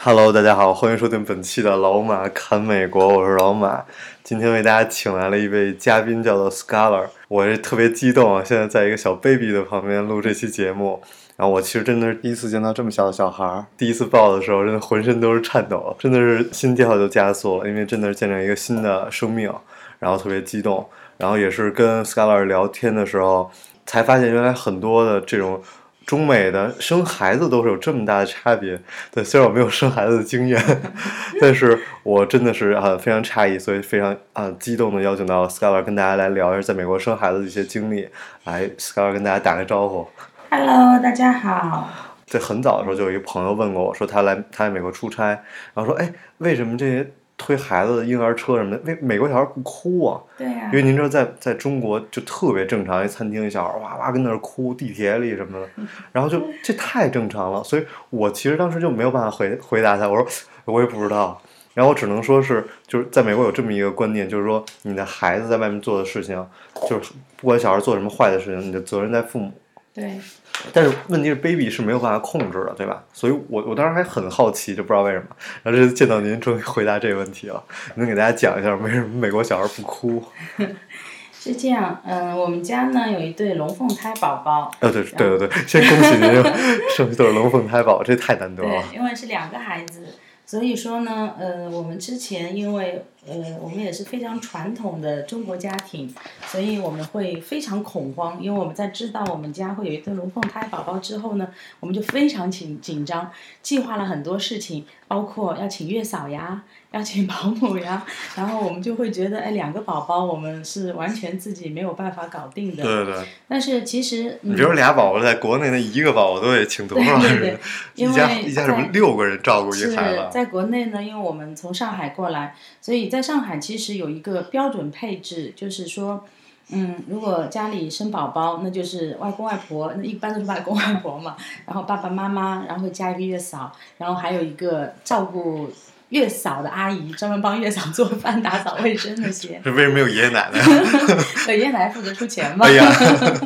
Hello，大家好，欢迎收听本期的老马侃美国，我是老马。今天为大家请来了一位嘉宾，叫做 Scholar。我是特别激动啊，现在在一个小 baby 的旁边录这期节目。然后我其实真的是第一次见到这么小的小孩儿，第一次抱的时候，真的浑身都是颤抖，真的是心跳就加速了，因为真的是见着一个新的生命，然后特别激动。然后也是跟 Scholar 聊天的时候，才发现原来很多的这种中美的生孩子都是有这么大的差别。对，虽然我没有生孩子的经验，但是我真的是啊非常诧异，所以非常啊激动的邀请到 Scholar 跟大家来聊一下在美国生孩子的一些经历。来，Scholar 跟大家打个招呼。 Hello，大家好。在很早的时候，就有一个朋友问过我说，他来他在美国出差，然后说，哎，为什么这些推孩子的婴儿车什么的，为美国小孩不哭啊？对呀、因为您知道在，在中国就特别正常，一餐厅一小孩哇哇跟那儿哭，地铁里什么的，然后就这太正常了，所以我其实当时就没有办法回 回答他，我说我也不知道，然后我只能说是就是在美国有这么一个观念，就是说你的孩子在外面做的事情，就是不管小孩做什么坏的事情，你的责任在父母。对，但是问题是，baby 是没有办法控制的，对吧？所以我我当时还很好奇，就不知道为什么。然后这次见到您，终于回答这个问题了。能给大家讲一下为什么美国小孩不哭？是这样。嗯，我们家呢有一对龙凤胎宝宝，呃、对对对对，先恭喜您生一对龙凤胎宝，这太难得对了。，因为是两个孩子，所以说呢，呃，我们之前因为呃，我们也是非常传统的中国家庭，所以我们会非常恐慌，因为我们在知道我们家会有一对龙凤胎宝宝之后呢，我们就非常紧紧张，计划了很多事情，包括要请月嫂呀，要请 保姆呀，然后我们就会觉得，哎，两个宝宝我们是完全自己没有办法搞定的。对对对，但是其实，嗯你比如俩宝宝在国内那一个宝宝都得请多少对对人对？因一为家一家什么在六个人照顾一是个孩子？在国内呢，因为我们从上海过来，所以在上海其实有一个标准配置，就是说，嗯，如果家里生宝宝，那就是外公外婆，那一般都是外公外婆嘛，然后爸爸妈妈，然后会加一个月嫂，然后还有一个照顾月嫂的阿姨，专门帮月嫂做饭、打扫卫生那些。这为什么没有爷爷奶奶？啊 对，爷爷奶奶负责出钱嘛。哎呀，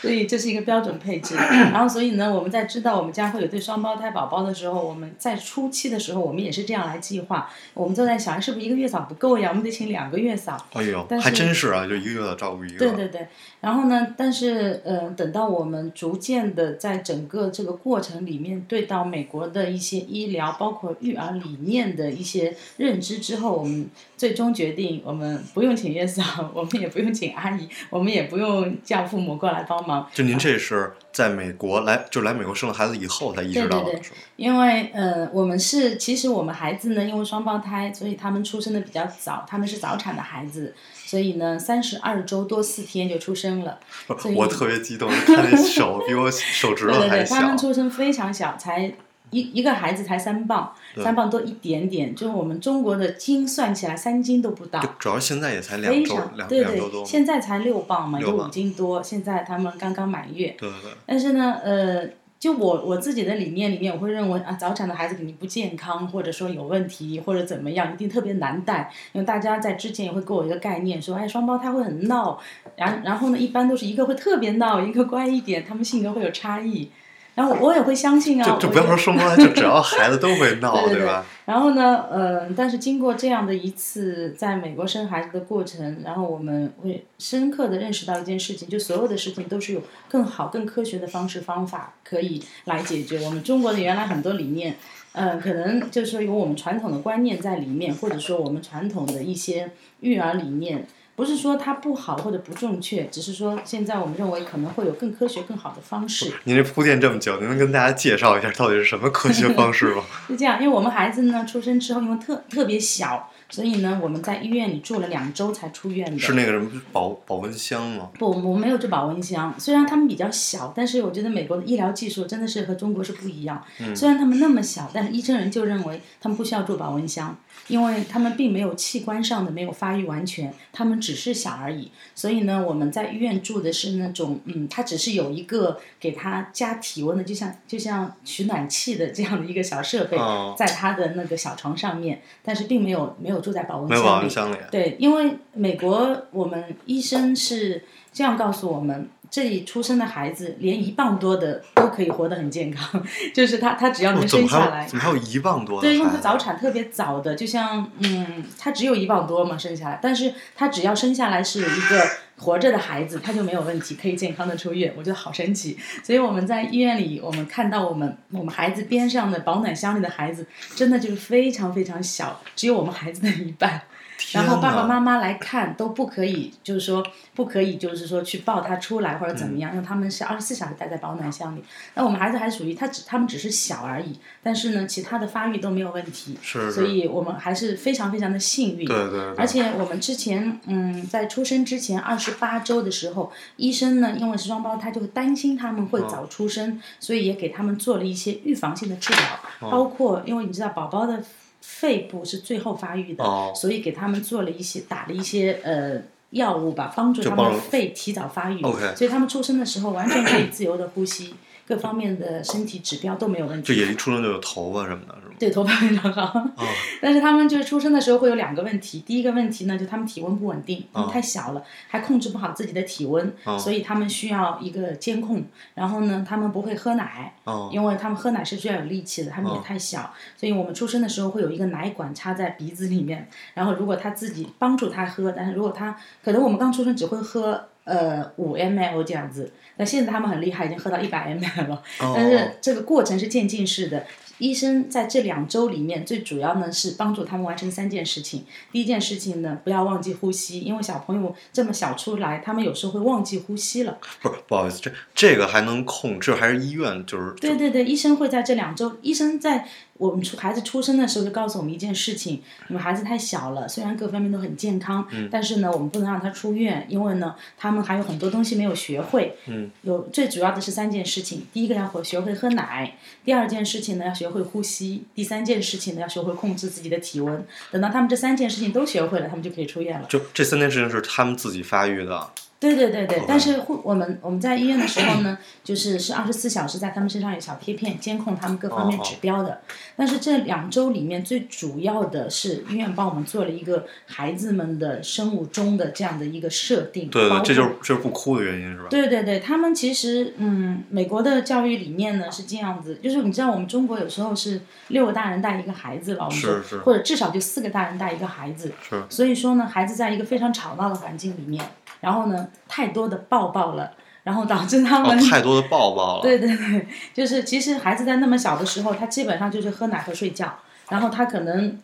所以这是一个标准配置。然后，所以呢，我们在知道我们家会有对双胞胎宝宝的时候，我们在初期的时候，我们也是这样来计划。我们都在想，哎是不是一个月嫂不够呀？我们得请两个月嫂。哎呦，但是还真是啊，就一个月照顾一个。对对对，然后呢？但是呃，等到我们逐渐的在整个这个过程里面，对到美国的一些医疗，包括育儿理念的一些认知之后，我们最终决定，我们不用请月嫂， 我们也不用请阿姨，我们也不用叫父母过来帮忙，就您这是在美国来，就来美国生了孩子以后才意识到的，对对对是吧因为呃，我们是其实我们孩子呢，因为双胞胎，所以他们出生的比较早，他们是早产的孩子，所以呢，三十二周多四天就出生了。所以我特别激动，看那手比我手指对头对还对，小他。们出生非常小，才一一个孩子才三磅，对三磅多一点点，就是我们中国的斤算起来三斤都不到就。主要现在也才两非周，常两对两周多对，。现在才六磅嘛，六就磅五斤多。现在他们刚刚满月，对对对，但是呢，呃，就我我自己的理念里面，我会认为啊，早产的孩子肯定不健康，或者说有问题，或者怎么样，一定特别难带。因为大家在之前也会给我一个概念，说哎，双胞胎会很闹， 然然后呢，一般都是一个会特别闹，一个乖一点，他们性格会有差异。然后我也会相信啊，就就我不要也 说双胞胎，就只要孩子都会闹，对对对吧？然后呢，呃，但是经过这样的一次在美国生孩子的过程，然后我们会深刻的认识到一件事情，就所有的事情都是有更好、更科学的方式方法可以来解决。我们中国的原来很多理念，呃，可能就是说有我们传统的观念在里面，或者说我们传统的一些育儿理念。不是说它不好或者不正确，只是说现在我们认为可能会有更科学、更好的方式。您这铺垫这么久，您能跟大家介绍一下到底是什么科学方 式吗？是这样，因为我们孩子呢出生之后，因为特特别小，所以呢我们在医院里住了两周才出院的。是那个什么保保温箱吗？不，我们没有这保温箱。虽然他们比较小，但是我觉得美国的医疗技术真的是和中国是不一样。嗯虽然他们那么小，但是医生人就认为他们不需要做保温箱，因为他们并没有器官上的没有发育完全，他们只是小而已。所以呢，我们在医院住的是那种，嗯，它只是有一个给他加体温的，就像就像取暖器的这样的一个小设备哦，在他的那个小床上面，但是并没有没有住在保温没有保箱温箱里。里。啊对，因为美国我们医生是这样告诉我们，这里出生的孩子连一磅多的都可以活得很健康， 就是他他只要哦能怎生么还下有来怎。么还有一磅多的对，孩子？啊因为他早产特别早的，就像嗯，他只有一磅多嘛，生下来，但是他只要生下来是一个活着的孩子，他就没有问题，可以健康的出院，我觉得好神奇。所以我们在医院里，我们看到我们我们孩子边上的保暖箱里的孩子，真的就是非常非常小，只有我们孩子的一半。天然后爸爸哪妈妈来看都不可以，就是说不可以，就是说去抱他出来或者怎嗯么样，因为他们是二十四小时待在保暖箱里。那我们孩子还属于他只他们只是小而已，但是呢，其他的发育都没有问题，是所是以我们还是非常非常的幸运。对对对，而且我们之前，嗯，在出生之前二十八周的时候，医生呢，因为是双胞胎，就担心他们会哦早出生，所以也给他们做了一些预防性的治疗，哦包括因为你知道宝宝的肺部是最后发育的，哦所以给他们做了一些打了一些呃药物吧，帮助就他帮们助的肺提早发育 OK 所以他们出生的时候完全可以自由的呼吸，各方面的身体指标都没有问题。就也一出生就有头发什么的，是吗？对，头发非常好。 但是他们就是出生的时候会有两个问题，第一个问题呢，就他们体温不稳定，他们太小了，还控制不好自己的体温，所以他们需要一个监控。然后呢，他们不会喝奶，哦因为他们喝奶是需要有力气的，他们也太小，所以我们出生的时候会有一个奶管插在鼻子里面。然后如果他自己帮助他喝，但是如果他可能我们刚出生只会喝。呃，五 ml 这样子，那现在他们很厉害，已经喝到一百 ml 了。但哦是这个过程是渐进式的。医生在这两周里面，最主要呢是帮助他们完成三件事情。第一件事情呢，不要忘记呼吸，因为小朋友这么小出来，他们有时候会忘记呼吸了。不是，不好意思，这这个还能控制，还是医院就是对对对，医生会在这两周，医生在我们出孩子出生的时候就告诉我们一件事情：你们孩子太小了，虽然各方面都很健康，但是呢，我们不能让他出院，因为呢，他们还有很多东西没有学会。嗯，有最主要的是三件事情：第一个要会学会喝奶，第二件事情呢要学会呼吸，第三件事情呢要学会控制自己的体温。等到他们这三件事情都学会了，他们就可以出院了。就这三件事情是他们自己发育的，对对对对，但是护我们我们在医院的时候呢， 就是是二十四小时在他们身上有小贴片监控他们各方面哦哦指标的。但是这两周里面最主要的是医院帮我们做了一个孩子们的生物钟的这样的一个设定，对对，包括这就是这是不哭的原因是吧？对对对，他们其实嗯，美国的教育理念呢是这样子，就是你知道我们中国有时候是六个大人带一个孩子吧，我们说是是或者至少就四个大人带一个孩子，是所以说呢，孩子在一个非常吵闹的环境里面，然后呢太多的抱抱了，然后导致他哦们、，太多的抱抱了，对对对，就是其实孩子在那么小的时候，他基本上就是喝奶和睡觉，然后他可能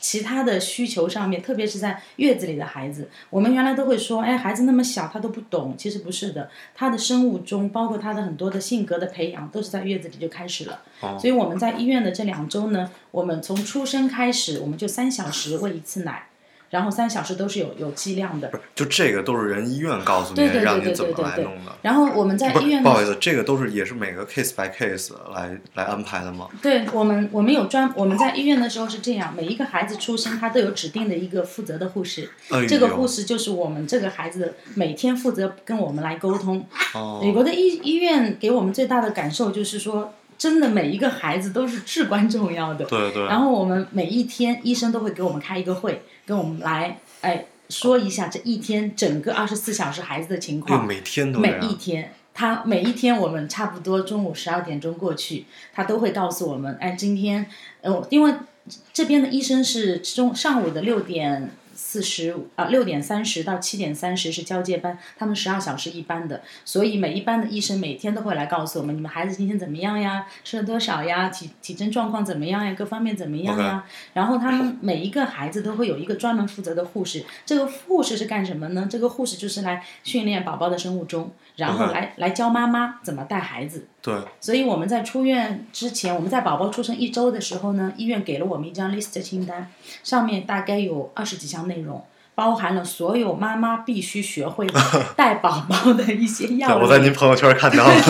其他的需求上面，特别是在月子里的孩子，我们原来都会说，哎，孩子那么小，他都不懂。其实不是的，他的生物钟，包括他的很多的性格的培养，都是在月子里就开始了。哦所以我们在医院的这两周呢，我们从出生开始，我们就三小时喂一次奶。然后三小时都是有有剂量的，就这个都是人医院告诉你对对让对你对怎对么对来对弄的。。然后我们在不医是，院不的好意思，这个都是也是每个 case by case 来来安排的吗？对我们，我们有专我们在医院的时候是这样，每一个孩子出生，他都有指定的一个负责的护士，哎呦这个护士就是我们这个孩子的每天负责跟我们来沟通。哦美国的医医院给我们最大的感受就是说，真的每一个孩子都是至关重要的。对对，然后我们每一天医生都会给我们开一个会，跟我们来哎说一下这一天整个二十四小时孩子的情哎呦况。每天都这每一样，天，他每一天我们差不多中午十二点钟过去，他都会告诉我们，哎，今天，呃，因为这边的医生是中上午的六点四十啊六点三十到七点三十是交接班，他们十二小时一班的，所以每一班的医生每天都会来告诉我们，你们孩子今天怎么样呀，吃了多少呀，体体征状况怎么样呀，各方面怎么样呀。然后他们每一个孩子都会有一个专门负责的护士，这个护士是干什么呢？这个护士就是来训练宝宝的生物钟，然后 OK 来来教妈妈怎么带孩子。对，所以我们在出院之前，我们在宝宝出生一周的时候呢，医院给了我们一张 list 清单，上面大概有二十几项内容，包含了所有妈妈必须学会带宝宝的一些 对药我在理。您朋友圈看到了。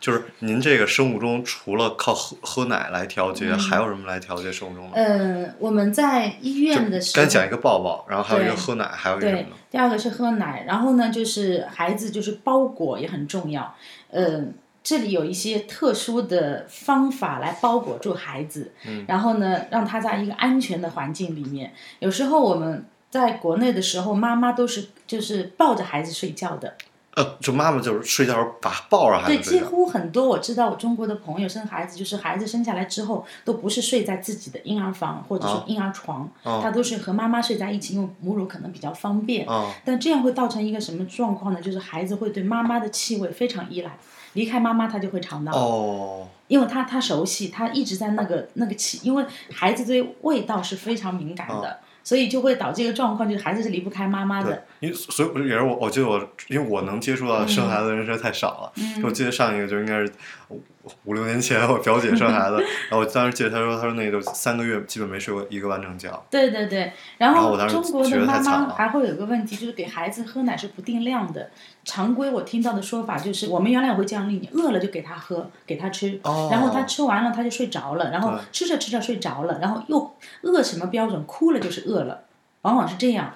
就是您这个生物钟，除了靠喝喝奶来调节，还有什么来调节生物钟呢？嗯呃，我们在医就院的时候，刚讲一个抱抱，然后还有一个对喝奶，还有一个什对么呢？，第二个是喝奶，然后呢就是孩子就是包裹也很重要，呃，这里有一些特殊的方法来包裹住孩子，嗯然后呢让他在一个安全的环境里面。有时候我们在国内的时候，妈妈都是就是抱着孩子睡觉的，呃，就妈妈就是睡觉时候把抱着孩对，子睡几觉，乎很多我知道我中国的朋友生孩子，就是孩子生下来之后都不是睡在自己的婴儿房或者是啊婴儿床，哦他都是和妈妈睡在一起，因为母乳可能比较方便。嗯，但这样会造成一个什么状况呢？就是孩子会对妈妈的气味非常依赖，离开妈妈他就会尝到，哦，因为他他熟悉，他一直在那个那个气，因为孩子对味道是非常敏感的，所以就会导致一个状况，就是孩子是离不开妈妈哦对的。，因为所以也是我，我觉得我因为我能接触到生孩子的人实在太少了。嗯我记得上一个就应该是五五六年前，我表姐生 孩子，然后我当时记得她说，她说那就三个月基本没睡过一个完整觉。对对对，然然后后我当时中国觉得的太妈惨了妈还会有个问题，就是给孩子喝奶是不定量的。常规我听到的说法就是，我们原来也会这样令你饿了就给他喝，给他吃，哦然后他吃完了他就睡着了，然后对吃着吃着睡着了，然后又饿什么标准，哭了就是饿了，往往是这样。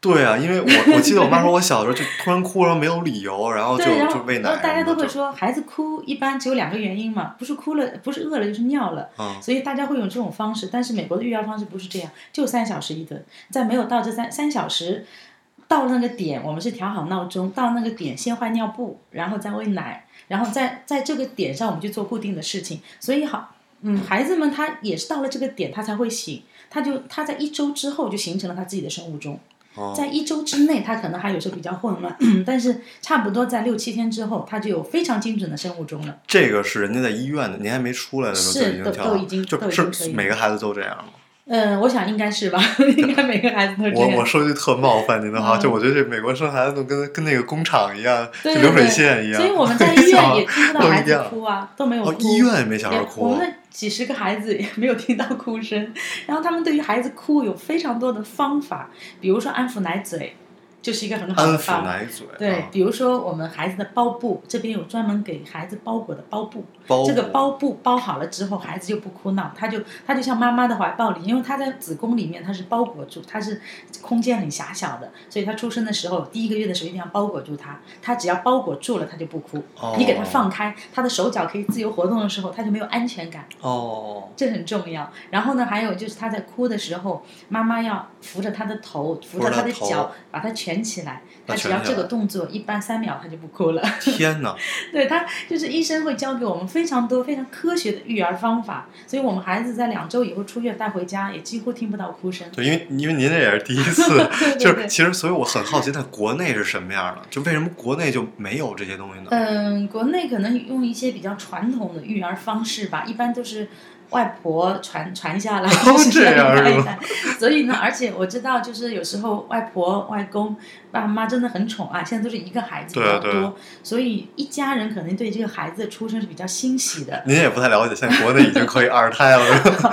对啊，因为我我记得我妈说，我小时候就突然哭，然后没有理由，然后就对，然就后喂然奶什么的。后大家都会就，说，孩子哭一般只有两个原因嘛，不是哭了，不是饿了就是尿了。嗯，所以大家会用这种方式，但是美国的育儿方式不是这样，就三小时一顿，在没有到这三三小时，到那个点，我们是调好闹钟，到那个点先换尿布，然后再喂奶，然后在在这个点上我们去做固定的事情，所以好，嗯，孩子们他也是到了这个点他才会醒，他就他在一周之后就形成了他自己的生物钟。哦在一周之内，他可能还有时候比较混乱，嗯但是差不多在六七天之后，他就有非常精准的生物钟了。这个是人家在医院的，您还没出来的时候就已是经都跳都了，已经都就已经可是以每个孩子都这样吗？嗯，我想应该是吧， 应该每个孩子都这我样。我说句特冒犯您的话，嗯就我觉得这美国生孩子都跟跟那个工厂一样，就对对流水对线一样。所以我们在 医院也听不到都一孩子样哭啊，都没有哭。哦，医院也没小孩也我哭啊们。那几十个孩子也没有听到哭声，然后他们对于孩子哭有非常多的方法，比如说安抚奶嘴，就是一个很好安的抚方法。奶嘴，对啊，比如说我们孩子的包布，这边有专门给孩子包裹的包布，包这个裹包布包好了之后，孩子就不哭闹，他就他就像妈妈的怀抱里，因为他在子宫里面他是包裹住，他是空间很狭小的，所以他出生的时候第一个月的时候一定要包裹住他，他只要包裹住了他就不哭，哦你给他放开，他的手脚可以自由活动的时候，他就没有安全感，哦，这很重要。然后呢，还有就是他在哭的时候，妈妈要扶着他的头，扶着着他他的头脚，把他蜷起来，把他只蜷要起这个来动作，一般三秒他就不哭了。天哪！对他就是医生会教给我们非常多非常科学的育儿方法，所以我们孩子在两周以后出院带回家，也几乎听不到哭声。对，因为因为您这也是第一次，对对就是对其实，所以我很好奇，在国内是什么样的？就为什么国内就没有这些东西呢？嗯，国内可能用一些比较传统的育儿方式吧，一般都是外婆传传下来，就是哦这样一代是一吧代。 所以呢，而且我知道，就是有时候外婆、外公、爸妈真的很宠爱，现在都是一个孩子比对啊较对多，所以一家人可能对这个孩子的出生是比较欣喜的。您也不太了解，现在国内已经可以二胎 了，是吧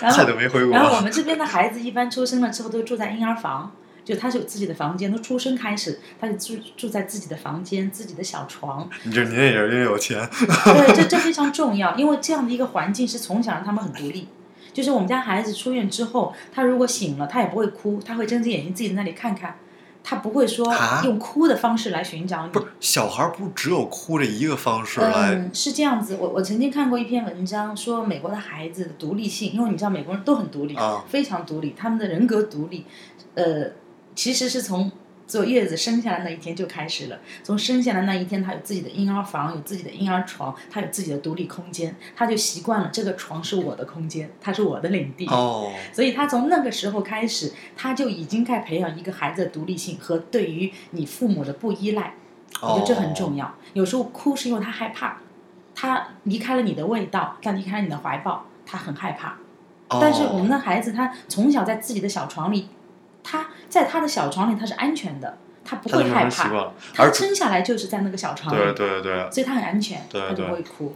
然后太久没回国然后我了。们这边的孩子一般出生了之后都住在婴儿房，就他是有自己的房间，从出生开始他就住住在自己的房间、自己的小床。你这您也是因为有钱，对，这这非常重要，因为这样的一个环境是从小让他们很独立。就是我们家孩子出院之后，他如果醒了，他也不会哭，他会睁着眼睛自己在那里看看，他不会说啊用哭的方式来寻找你。不是小孩不是只有哭这一个方式来嗯，是这样子。我我曾经看过一篇文章，说美国的孩子的独立性，因为你知道美国人都很独立，啊非常独立，他们的人格独立，呃，其实是从坐月子生下来那一天就开始了。从生下来那一天，她有自己的婴儿房，有自己的婴儿床，她有自己的独立空间，她就习惯了这个床是我的空间，它是我的领地。哦，所以他从那个时候开始，他就已经在培养一个孩子的独立性和对于你父母的不依赖。我觉得这哦很重要。有时候哭是因为他害怕，他离开了你的味道，他离开你的怀抱，他很害怕。哦。但是我们的孩子，他从小在自己的小床里，他在他的小床里他是安全的，他不他会就慢害慢习惯怕。了，他而且生下来就是在那个小床里，对对对所以他很安全，对他对不会哭。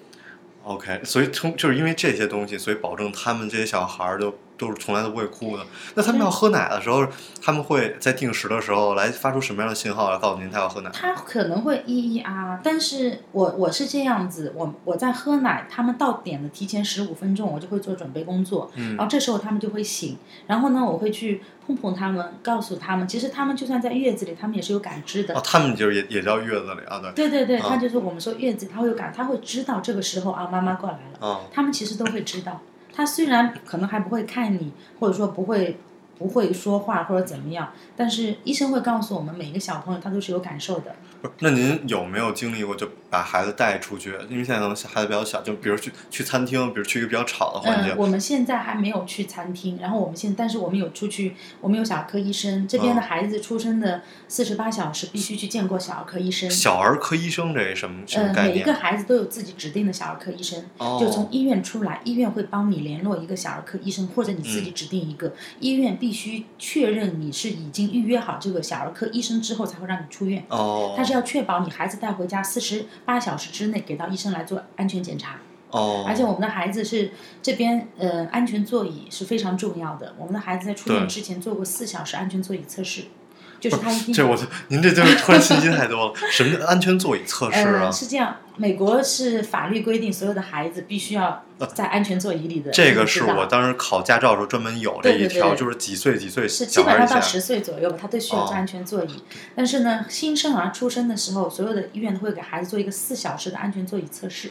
，OK，所以从就是因为这些东西，所以保证他们这些小孩儿就都是从来都不会哭的。那他们对要喝奶的时候，他们会在定时的时候来发出什么样的信号来告诉您他要喝奶？他可能会咿咿啊啊，但是我我是这样子，我我在喝奶，他们到点的提前十五分钟，我就会做准备工作，嗯然后这时候他们就会醒，然后呢，我会去碰碰他们，告诉他们，其实他们就算在月子里，他们也是有感知的。哦，他们就是也也叫月子里啊，对，对对对，啊他就是我们说月子，他会有感，他会知道这个时候啊，妈妈过来了，啊他们其实都会知道。他虽然可能还不会看你，或者说不会不会说话或者怎么样，但是医生会告诉我们，每一个小朋友他都是有感受的。不是，那您有没有经历过就把孩子带出去？因为现在可能孩子比较小，就比如去去餐厅，比如去一个比较吵的环境嗯，，我们现在还没有去餐厅，然后我们现但是我们有出去，我们有小儿科医生，这边嗯的孩子出生的四十八小时必须去见过小儿科医生。小儿科医生这是什么什么呃，概每一念？个孩子都有自己指定的小儿科医生，哦就从医院出来，医院会帮你联络一个小儿科医生，或者你嗯自己指定一个。医院必须确认你是已经预约好这个小儿科医生之后，才会让你出院。哦，他是要确保你孩子带回家四十八小时之内给到医生来做安全检查。哦，而且我们的孩子是这边呃安全座椅是非常重要的。我们的孩子在出对院之前做过四小时安全座椅测试，就是他一定呃这我就您这就是突然信息太多了。什么叫安全座椅测试啊呃？是这样，美国是法律规定所有的孩子必须要在安全座椅里的。呃这个你知是道啊我当时考驾照时候专门有这一条，对对对就是几岁几岁是小基本孩上以到下。十岁左右吧，他都需要坐哦安全座椅。但是呢，新生儿出生的时候，所有的医院都会给孩子做一个四小时的安全座椅测试，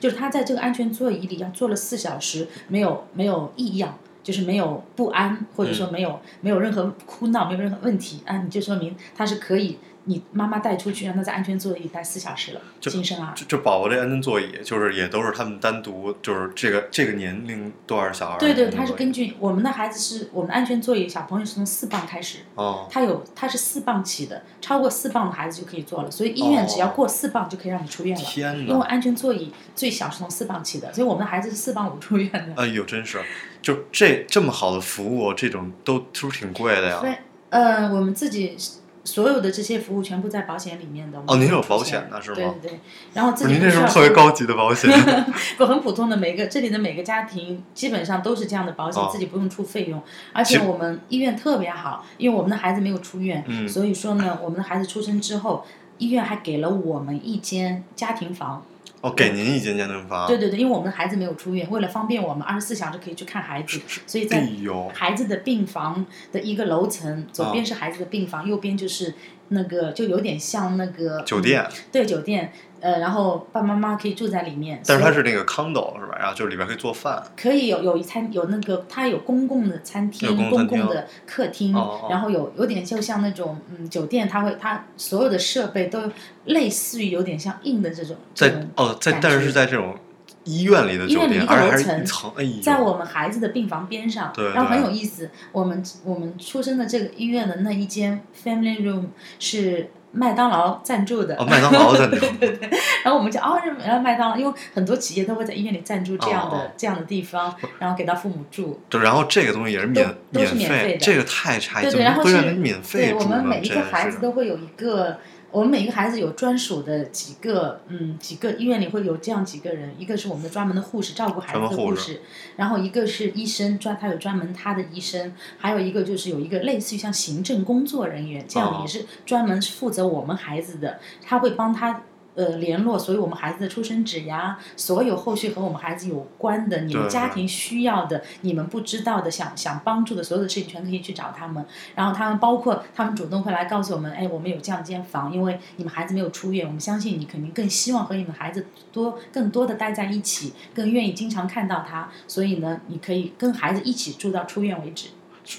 就是他在这个安全座椅里要坐了四小时，没有没有异样。就是没有不安，或者嗯说没有、没有任何哭闹，没有任何问题啊，你就说明他是可以，你妈妈带出去，让他在安全座椅里待四小时了。就新生儿，就就宝宝这安全座椅，就是也都是他们单独，就是这个这个年龄段儿小孩儿的对安全座椅。对，他是根据我们的孩子是我们的安全座椅，小朋友是从四磅开始，哦它有它是四磅起的，超过四磅的孩子就可以坐了，所以医院只要过四磅就可以让你出院了。哦天因为哪！安全座椅最小是从四磅起的，所以我们的孩子是四磅五出院 的。哎呦，真是，就这这么好的服务，这种都是不是挺贵的呀？对，呃，我们自己所有的这些服务全部在保险里面的。我哦们您自己有保出钱险呢是吗对对对，然后自不己是您这是不不需要是特别高级的保险？ 不很普通的每个这里的每个家庭基本上都是这样的保险，哦自己不用出费用。而其且我们医院特别好，因为我们的孩子没有出院，嗯所以说呢，我们的孩子出生之后，医院还给了我们一间家庭房。哦，给您一间健身房。对对对，因为我们的孩子没有出院，为了方便我们二十四小时可以去看孩子，所以哎在呦，啊孩子的病房的一个楼层，左边是孩子的病房，右边就是那个就有点像那个酒店，嗯对酒店。呃，然后爸爸妈妈可以住在里面，但是它所以是那个 condo 是吧？然后就是里边可以做饭。可以有有一餐有那个，它有公共的餐厅、有公共公餐厅共的客厅，哦哦然后有有点就像那种嗯酒店，它会它所有的设备都类似于有点像硬的这种这在种。哦，在感但是觉是在这种医院里的医酒院里店，一个而且还楼是层一层，哎呦，在我们孩子的病房边上，对然后很对有意思。我们我们出生的这个医院的那一间 family room 是麦当劳赞助的，哦，麦当劳在那种 然后我们就哦，然后麦当劳，因为很多企业都会在医院里赞助这样的、哦哦这样的地方，然后给到父母住。对，然后这个东西也是免都都是免费费的这个太差异，对怎对，么然后会是让人免费对我住们呢？每一真个孩子是都会有一个，我们每一个孩子有专属的几个，嗯，几个医院里会有这样几个人，一个是我们的专门的护士照顾孩专子的门护护士士，然后一个是医生专，他有专门他的医生，还有一个就是有一个类似于像行政工作人员这样哦的，也是专门负责我们孩子的，他会帮他。呃，联络所有我们孩子的出生纸呀，所有后续和我们孩子有关的，你对们家庭需要的，你们不知道的，想想帮助的所有的事情，全可以去找他们。然后他们包括他们主动会来告诉我们，哎，我们有这样一间房，因为你们孩子没有出院，我们相信你肯定更希望和你们孩子多更多的待在一起，更愿意经常看到他，所以呢，你可以跟孩子一起住到出院为止。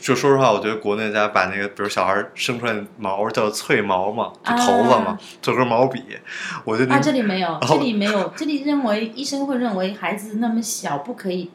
就说实话，我觉得国内家把那个，比如小孩生出来的毛叫脆毛嘛，就头发嘛啊，做根毛笔，我就啊，那这里没有，然后这里没有，这里认为医生会认为孩子那么小不可以，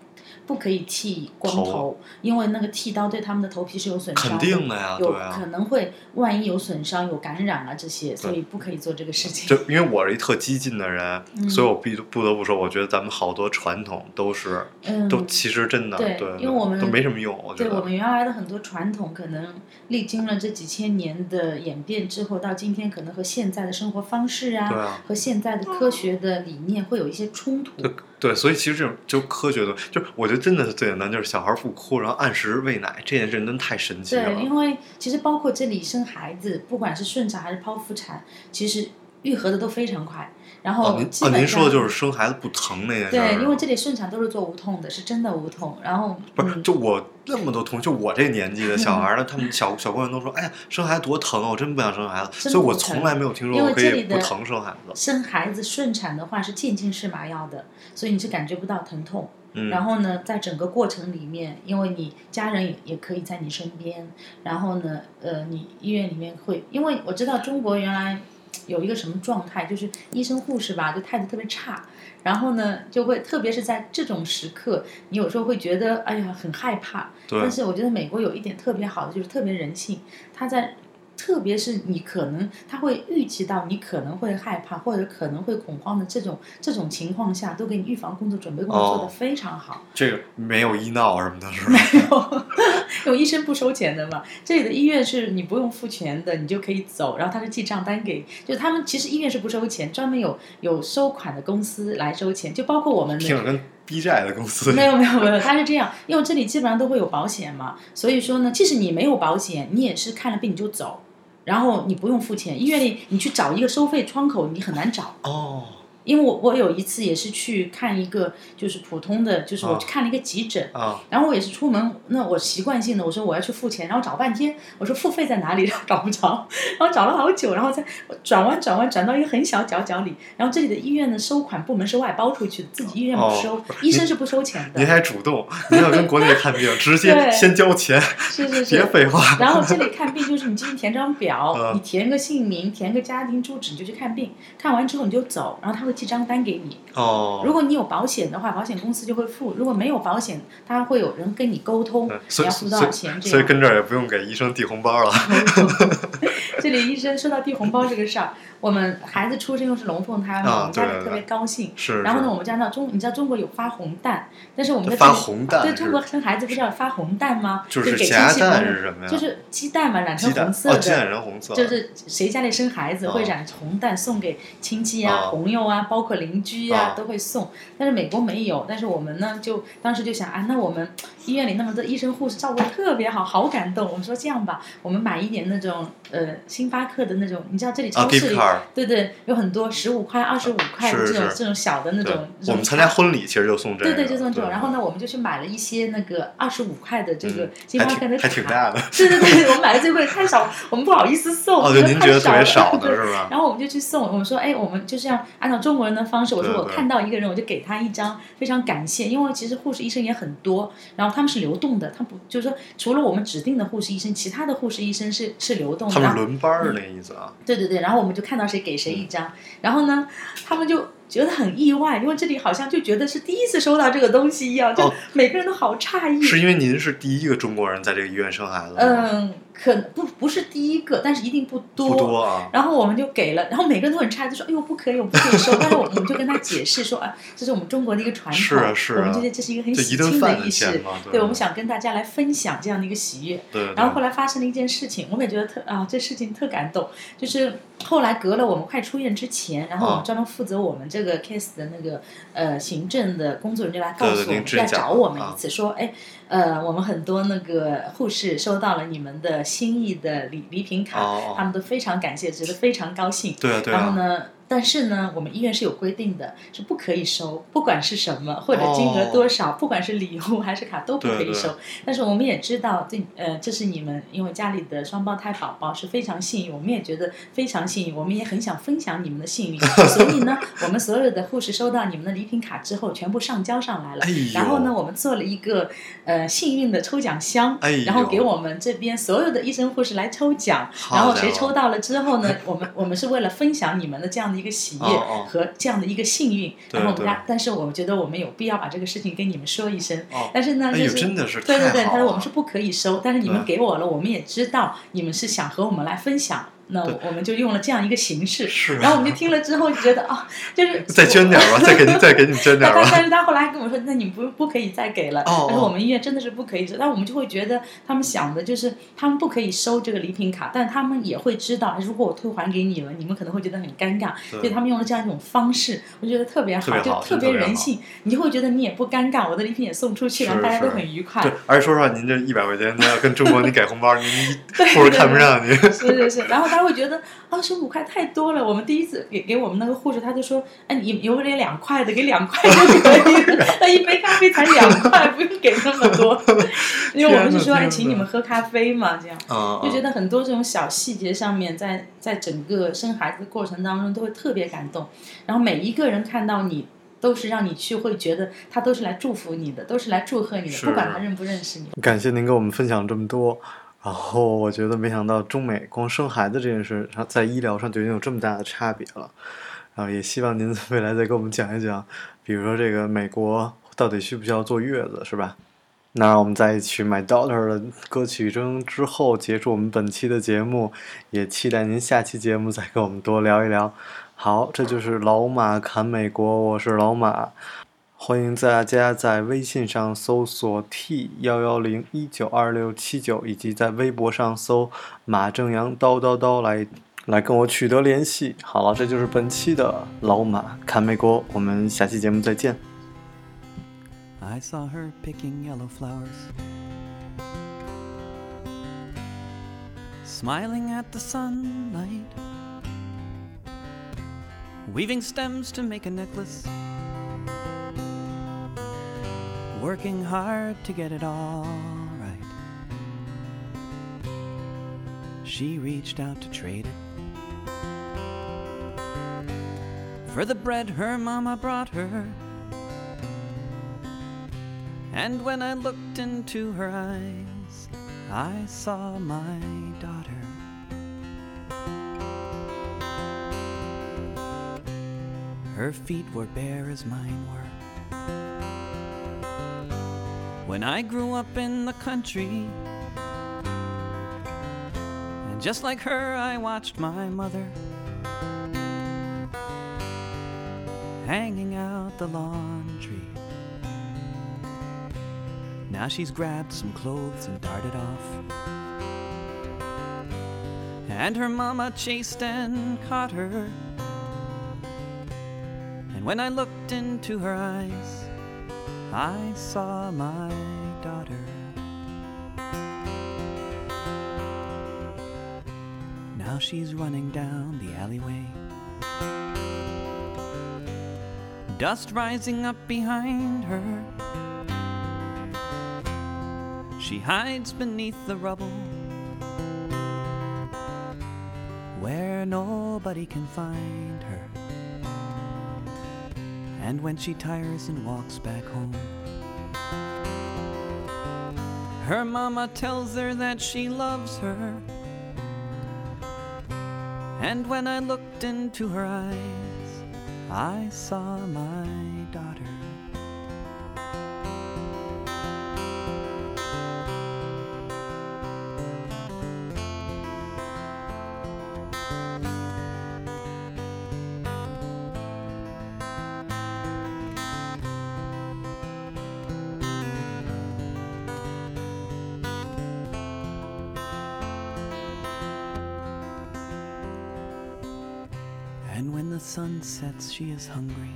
不可以剃光头，头因为那个剃刀对他们的头皮是有损伤肯定的呀，有对啊可。能会万一有损伤、有感染啊这些，所以不可以做这个事情就。因为我是一特激进的人，嗯所以我必不得不说，我觉得咱们好多传统都是，嗯，都其实真的对对，因为我们都没什么用，我觉对我得们原来的很多传统，可能历经了这几千年的演变之后，到今天可能和现在的生活方式啊，对啊和现在的科学的理念会有一些冲突。对，所以其实这种就科学的，就我觉得真的是最简单，就是小孩不哭，然后按时喂奶这件事真的太神奇了对，，因为其实包括这里生孩子，不管是顺产还是剖腹产，其实愈合的都非常快。然哦，后您基哦，本上、您说的就是生孩子不疼那件事儿。啊对，因为这里顺产都是做无痛的，是真的无痛。然后不是，嗯就我那么多同学，就我这年纪的小孩儿呢，他们小小朋友都说：“哎呀，生孩子多疼啊！我真不想生孩子。”真所以，我不疼从来没有听说因为我可这以里不的疼生孩子。生孩子顺产的话是渐进式麻药的，所以你是感觉不到疼痛。嗯，然后呢，在整个过程里面，因为你家人也也可以在你身边，然后呢，呃，你医院里面会，因为我知道中国原来有一个什么状态，就是医生护士吧，就态度特别差，然后呢，就会特别是在这种时刻，你有时候会觉得哎呀很害怕，对但，是我觉得美国有一点特别好的就是特别人性，他在。特别是你可能他会预期到你可能会害怕或者可能会恐慌的这种这种情况下，都给你预防工作准备工作做哦得非常好。 这个没有医闹什么的，是吧？有医生不收钱的嘛？这里的医院是你不用付钱的，你就可以走，然后他是记账单给，就他们其实医院是不收钱，专门有有收款的公司来收钱，就包括我们听着的。跟逼债的公司一没样。有没有没有，他是这样，因为这里基本上都会有保险嘛，所以说呢，即使你没有保险，你也是看了病你就走，然后你不用付钱。医院里你去找一个收费窗口，你很难找。哦，因为我我有一次也是去看一个就是普通的，就是我啊去看了一个急诊，啊，然后我也是出门，那我习惯性的我说我要去付钱，然后找半天，我说付费在哪里， 然后找不着，然后找了好久，然后再转弯转弯转到一个很小角角里，然后这里的医院的收款部门是外包出去的，自己医院不收，哦医生是不收钱您的，还主动，您要跟国内看病，直接对先交钱，是是别是。废话。然后这里看病就是你进去填张表，啊 嗯你填个姓名，填个家庭住址，你就去看病，看完之后你就走，然后他会寄张单给你。哦，如果你有保险的话，保险公司就会付；如果没有保险，他会有人跟你沟通，对你嗯所以要付多所少以钱这样。所以跟这儿也不用给医生递红包了。 这里医生说到递红包这个事儿，我们孩子出生又是龙凤胎啊嘛，我们家对对里特别高兴。是，然后呢，是我们家那中，你知道中国有发红蛋，但是我们在发中红蛋对是中国生孩子不是要发红蛋吗？就就是给亲夹戚蛋朋友是什么呀就是鸡蛋嘛，染成鸡蛋红哦，色鸡蛋的。人红色，就是谁家里生孩子哦会染红蛋送给亲戚啊、哦朋友啊，包括邻居哦啊都会送，但是美国没有。但是我们呢，就当时就想啊，那我们医院里那么多医生护士照顾得特别好，好感动。我们说这样吧，我们买一点那种呃星巴克的那种，你知道这里啊超市，gift 里、 card。对对有很多十五块、二十五块的是这种是这种小的那对种。这，种我们参加婚礼其实就送这个，对对，就送这种。然后呢，我们就去买了一些那个二十五块的这个嗯星还巴克的挺卡，还挺大的。对对对，我们买的最贵，太少， 我们不好意思送。哦，就您觉得特别太少少 的是吧？然后我们就去送，我们说，哎，我们就是要按照中国人的方式，我说对我对看到一个人，我就给他一张，非常感谢，因为其实护士医生也很多，然后他们是流动的，他不就是说除了我们指定的护士医生，其他的护士医生是是流动的，他们然是后嗯轮班儿的那意思啊。对对对，然后我们就看到谁给谁嗯一张，然后呢，他们就觉得很意外，因为这里好像就觉得是第一次收到这个东西一样，就哦每个人都好诧异。是因为您是第一个中国人在这个医院生孩子吗，嗯，可不不是第一个，但是一定不多啊。然后我们就给了，然后每个人都很诧异，就说：“哎呦，不可以，我们不可以收。”但是我们就跟他解释说：“啊，这是我们中国的一个传统，是啊是啊我们觉得这是一个很就喜一顿庆饭的的仪式钱嘛，对对，我们想跟大家来分享这样的一个喜悦。”对，对然后后来发生了一件事情，我也觉得特啊，这事情特感动。就是后来隔了我们快出院之前，然后我啊们专门负责我们这个 case 的那个呃行政的工作人员来告对诉对我您们，之前来讲找过我们啊一次，说哎呃，我们很多那个护士收到了你们的心意的礼礼品卡，哦他们都非常感谢，觉得非常高兴。对啊对然后啊，呢，但是呢，我们医院是有规定的，是不可以收，不管是什么或者金额多少，不管是礼物还是卡都不可哦对对以收。但是我们也知道，这呃，这是你们因为家里的双胞胎宝宝是非常幸运，我们也觉得非常幸运，我们也很想分享你们的幸运，所以呢，我们所有的护士收到你们的礼品卡之后，全部上交上来了。哎呦然后呢，我们做了一个呃呃幸运的抽奖箱，哎呦然后给我们这边所有的医生护士来抽奖，好然后家谁伙抽到了之后 呢，我们我们是为了分享你们的这样的一个喜悦哦哦和这样的一个幸运，对然后我们对大，但是我们觉得我们有必要把这个事情跟你们说一声，哦但是呢，哎就呦，是真的是对太对好对，了。他说我们是不可以收，但是你们嗯给我了，我们也知道你们是想和我们来分享，那对我们就用了这样一个形式。是哎然后我们就听了之后就觉得啊，就是再捐点吧，再给你再给 你捐点但但吧。但是他后来跟我说，那你们不不可以再给了。哦哦但是我们医院真的是不可以收，但我们就会觉得他们想的就是他们不可以收这个礼品卡，但他们也会知道，哎如果我退还给你们，你们可能会觉得很尴尬，对所以他们用了这样一种方式，我觉得特别好，特别好就特真的特别人性，你就会觉得你也不尴尬，我的礼品也送出去，是然后大家都是很愉快对。，而且说实话，您这一百块钱，你要跟中国你给红包，您 对护士看不上你。是是是，然后他会觉得二十五块太多了。我们第一次给给我们那个护士，他就说：“哎，你有没有两块的？给两块就可以了。那一杯咖啡才两块，不用给那么多。”因为我们是说：“天哪哎，请你们喝咖啡嘛。”这样嗯，就觉得得很多这种小细节上面，在在整个生孩子的过程当中，都会特别感动。然后每一个人看到你。都是让你去会觉得他都是来祝福你的，都是来祝贺你的，是啊不管他认不认识你。感谢您给我们分享这么多。然后我觉得没想到中美光生孩子这件事，上在医疗上就已经有这么大的差别了。然后也希望您未来再给我们讲一讲，比如说这个美国到底需不需要坐月子，是吧？那我们在一起《My Daughter》的歌曲中之后结束我们本期的节目，也期待您下期节目再跟我们多聊一聊。好，这就是老马侃美国，我是老马。欢迎大家在微信上搜索 t 幺幺零一九二六七九，以及在微博上搜马正阳叨叨叨来来跟我取得联系。好了，这就是本期的老马看美国，我们下期节目再见。 I saw her picking yellow flowers. Smiling at the sunlight. Weaving stems to make a necklace. Working hard to get it all right. She reached out to trade it. For the bread her mama brought her, and when I looked into her eyes, I saw my daughter. Her feet were bare as mine were. When I grew up in the country, and just like her, I watched my mother hanging out the laundry. Now she's grabbed some clothes and darted off. And her mama chased and caught her. And when I looked into her eyes, I saw my daughter. Now she's running down the alleyway. Dust rising up behind her. She hides beneath the rubble where nobody can find her. And when she tires and walks back home, her mama tells her that she loves her. And when I looked into her eyes, I saw my daughter. And when the sun sets, she is hungry.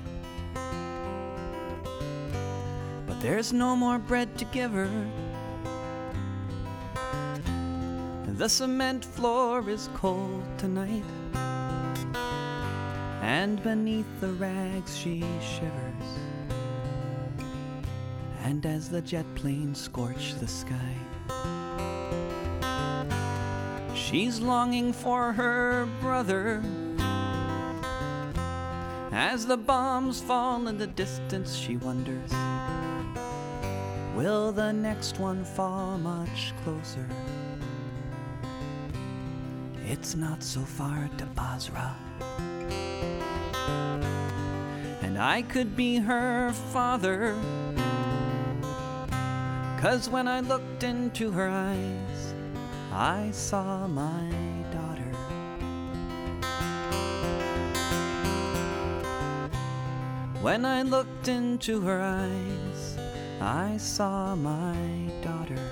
But there's no more bread to give her. The cement floor is cold tonight. And beneath the rags she shivers. And as the jet planes scorch the sky, she's longing for her brother. As the bombs fall in the distance, she wonders Will the next one fall much closer? It's not so far to Basra. And I could be her father. Cause when I looked into her eyes, I saw my daughter. When I looked into her eyes, I saw my daughter.